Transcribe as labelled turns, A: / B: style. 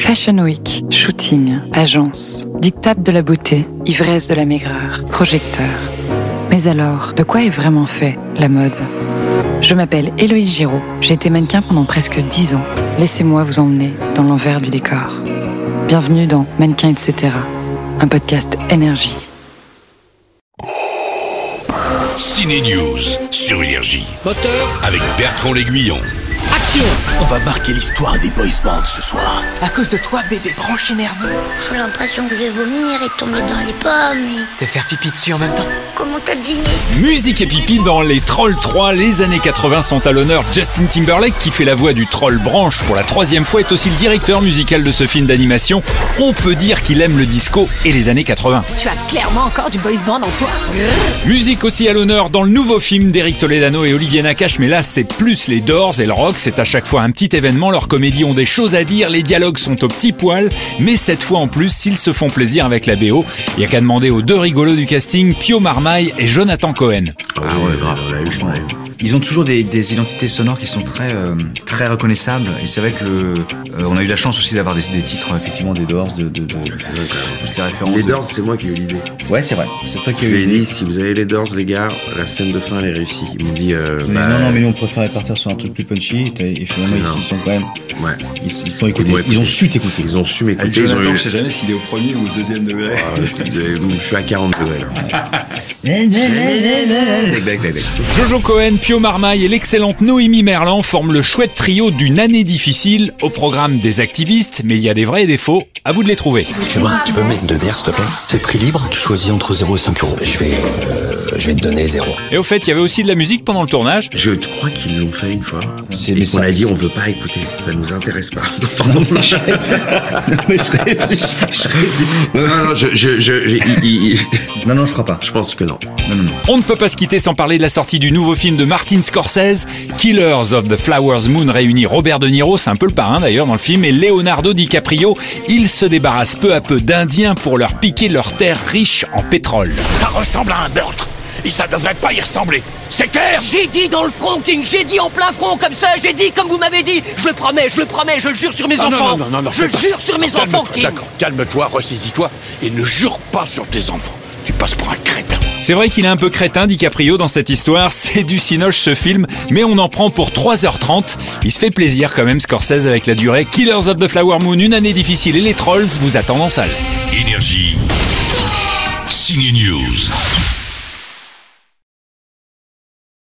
A: Fashion Week, shooting, agence, dictate de la beauté, ivresse de la maigreur, projecteur. Mais alors, de quoi est vraiment fait la mode Je m'appelle Héloïse Giraud, j'ai été mannequin pendant presque 10 ans. Laissez-moi vous emmener dans l'envers du décor. Bienvenue dans Mannequin etc., un podcast énergie.
B: Ciné News sur Énergie
C: Moteur,
B: avec Bertrand L'Aiguillon.
C: action
D: On va marquer l'histoire des boys bands ce soir.
E: À cause de toi, bébé branché nerveux.
F: J'ai l'impression que je vais vomir et tomber dans les pommes. Et
E: Te faire pipi dessus en même temps.
F: comment t'as deviné
G: Musique et pipi dans les Trolls 3, les années 80 sont à l'honneur. Justin Timberlake, qui fait la voix du troll Branche pour la troisième fois, est aussi le directeur musical de ce film d'animation. On peut dire qu'il aime le disco et les années 80.
H: Tu as clairement encore du boys band en toi.
G: Musique aussi à l'honneur dans le nouveau film d'Eric Toledano et Olivier Nakache, mais là c'est plus les Doors et le rock, c'est à chaque fois un petit événement, leurs comédies ont des choses à dire, les dialogues sont au petit poil, mais cette fois en plus s'ils se font plaisir avec la BO, il n'y a qu'à demander aux deux rigolos du casting, Pio Marmaille et Jonathan Cohen.
I: Ah ouais, grave,
J: euh,
I: franchement.
J: hein.
I: Ils ont toujours des, des identités sonores qui sont très, euh, très reconnaissables. Et c'est vrai que le, euh, on a eu la chance aussi d'avoir des, des titres, effectivement, des Doors, de, de, de- toutes les références.
J: Les
I: de-
J: Doors, c'est moi qui ai eu l'idée.
I: Ouais, c'est vrai. C'est toi
J: Je
I: qui as
J: lui
I: eu
J: ai
I: l'idée.
J: dit, si vous avez les Doors, les gars, la scène de fin, elle est réussie. Ils m'ont dit, euh,
I: Mais
J: bah,
I: non, non, mais nous on préférait partir sur un truc plus punchy. Et t'as- et finalement,
J: Non.
I: ils, ils sont quand même.
J: ouais.
I: Ils, ils sont
J: Ils
I: écoutés.
J: m'ont
I: Ils
J: écouté.
I: ont su t'écouter.
J: Ils ont su m'écouter.
I: Avec
J: ils ont
I: Jonathan,
J: eu-
I: je sais jamais s'il est au premier ou au deuxième degré.
J: Ah, je suis à 40 degrés là.
I: Bec, bec, bec, bec.
G: Jojo Cohen, Pio Marmaille et l'excellente Noémie Merlan forment le chouette trio d'une année difficile au programme des activistes, mais il y a des vrais et des faux, à vous de les trouver.
D: Excuse-moi, tu peux mettre deux bières, s'il te plaît C'est prix libre, tu choisis entre 0 et 5 euros. Je vais, euh, je vais te donner 0.
G: Et au fait, il y avait aussi de la musique pendant le tournage.
J: Je te crois qu'ils l'ont fait une fois.
I: C'est- mais
J: Et qu'on
I: ça-
J: a dit, on veut pas écouter. Ça nous intéresse pas. Non, pardon.
I: Mais je réfléchis, je réfléchis.
J: non, non, non, je, je, je, je- il- il- il-
I: Non, non, je crois pas.
J: je pense que non.
I: Non, non, non.
G: On ne peut pas se quitter sans parler de la sortie du nouveau film de Martin Scorsese, Killers of the Flowers Moon réunit Robert De Niro, c'est un peu le parrain d'ailleurs dans le film, et Leonardo DiCaprio. Ils se débarrassent peu à peu d'Indiens pour leur piquer leurs terres riches en pétrole.
B: Ça ressemble à un meurtre et ça devrait pas y ressembler. C'est clair
C: J'ai dit dans le front, King, j'ai dit en plein front comme ça, j'ai dit comme vous m'avez dit. Je le promets, je le promets, je le jure sur mes
B: Ah, Non, non,
C: enfants.
B: non, non, non, non,
C: je
B: fais
C: le
B: pas
C: jure
B: ça.
C: sur mes
B: Calme-toi,
C: enfants, King.
B: D'accord, calme-toi, ressaisis-toi et ne jure pas sur tes enfants. Tu passes pour un crétin.
G: C'est vrai qu'il est un peu crétin, DiCaprio, dans cette histoire. C'est du cinoche, ce film. Mais on en prend pour 3h30. Il se fait plaisir quand même, Scorsese, avec la durée. Killers of the Flower Moon, une année difficile et les trolls vous attendent en salle.
B: Énergie. Signe News.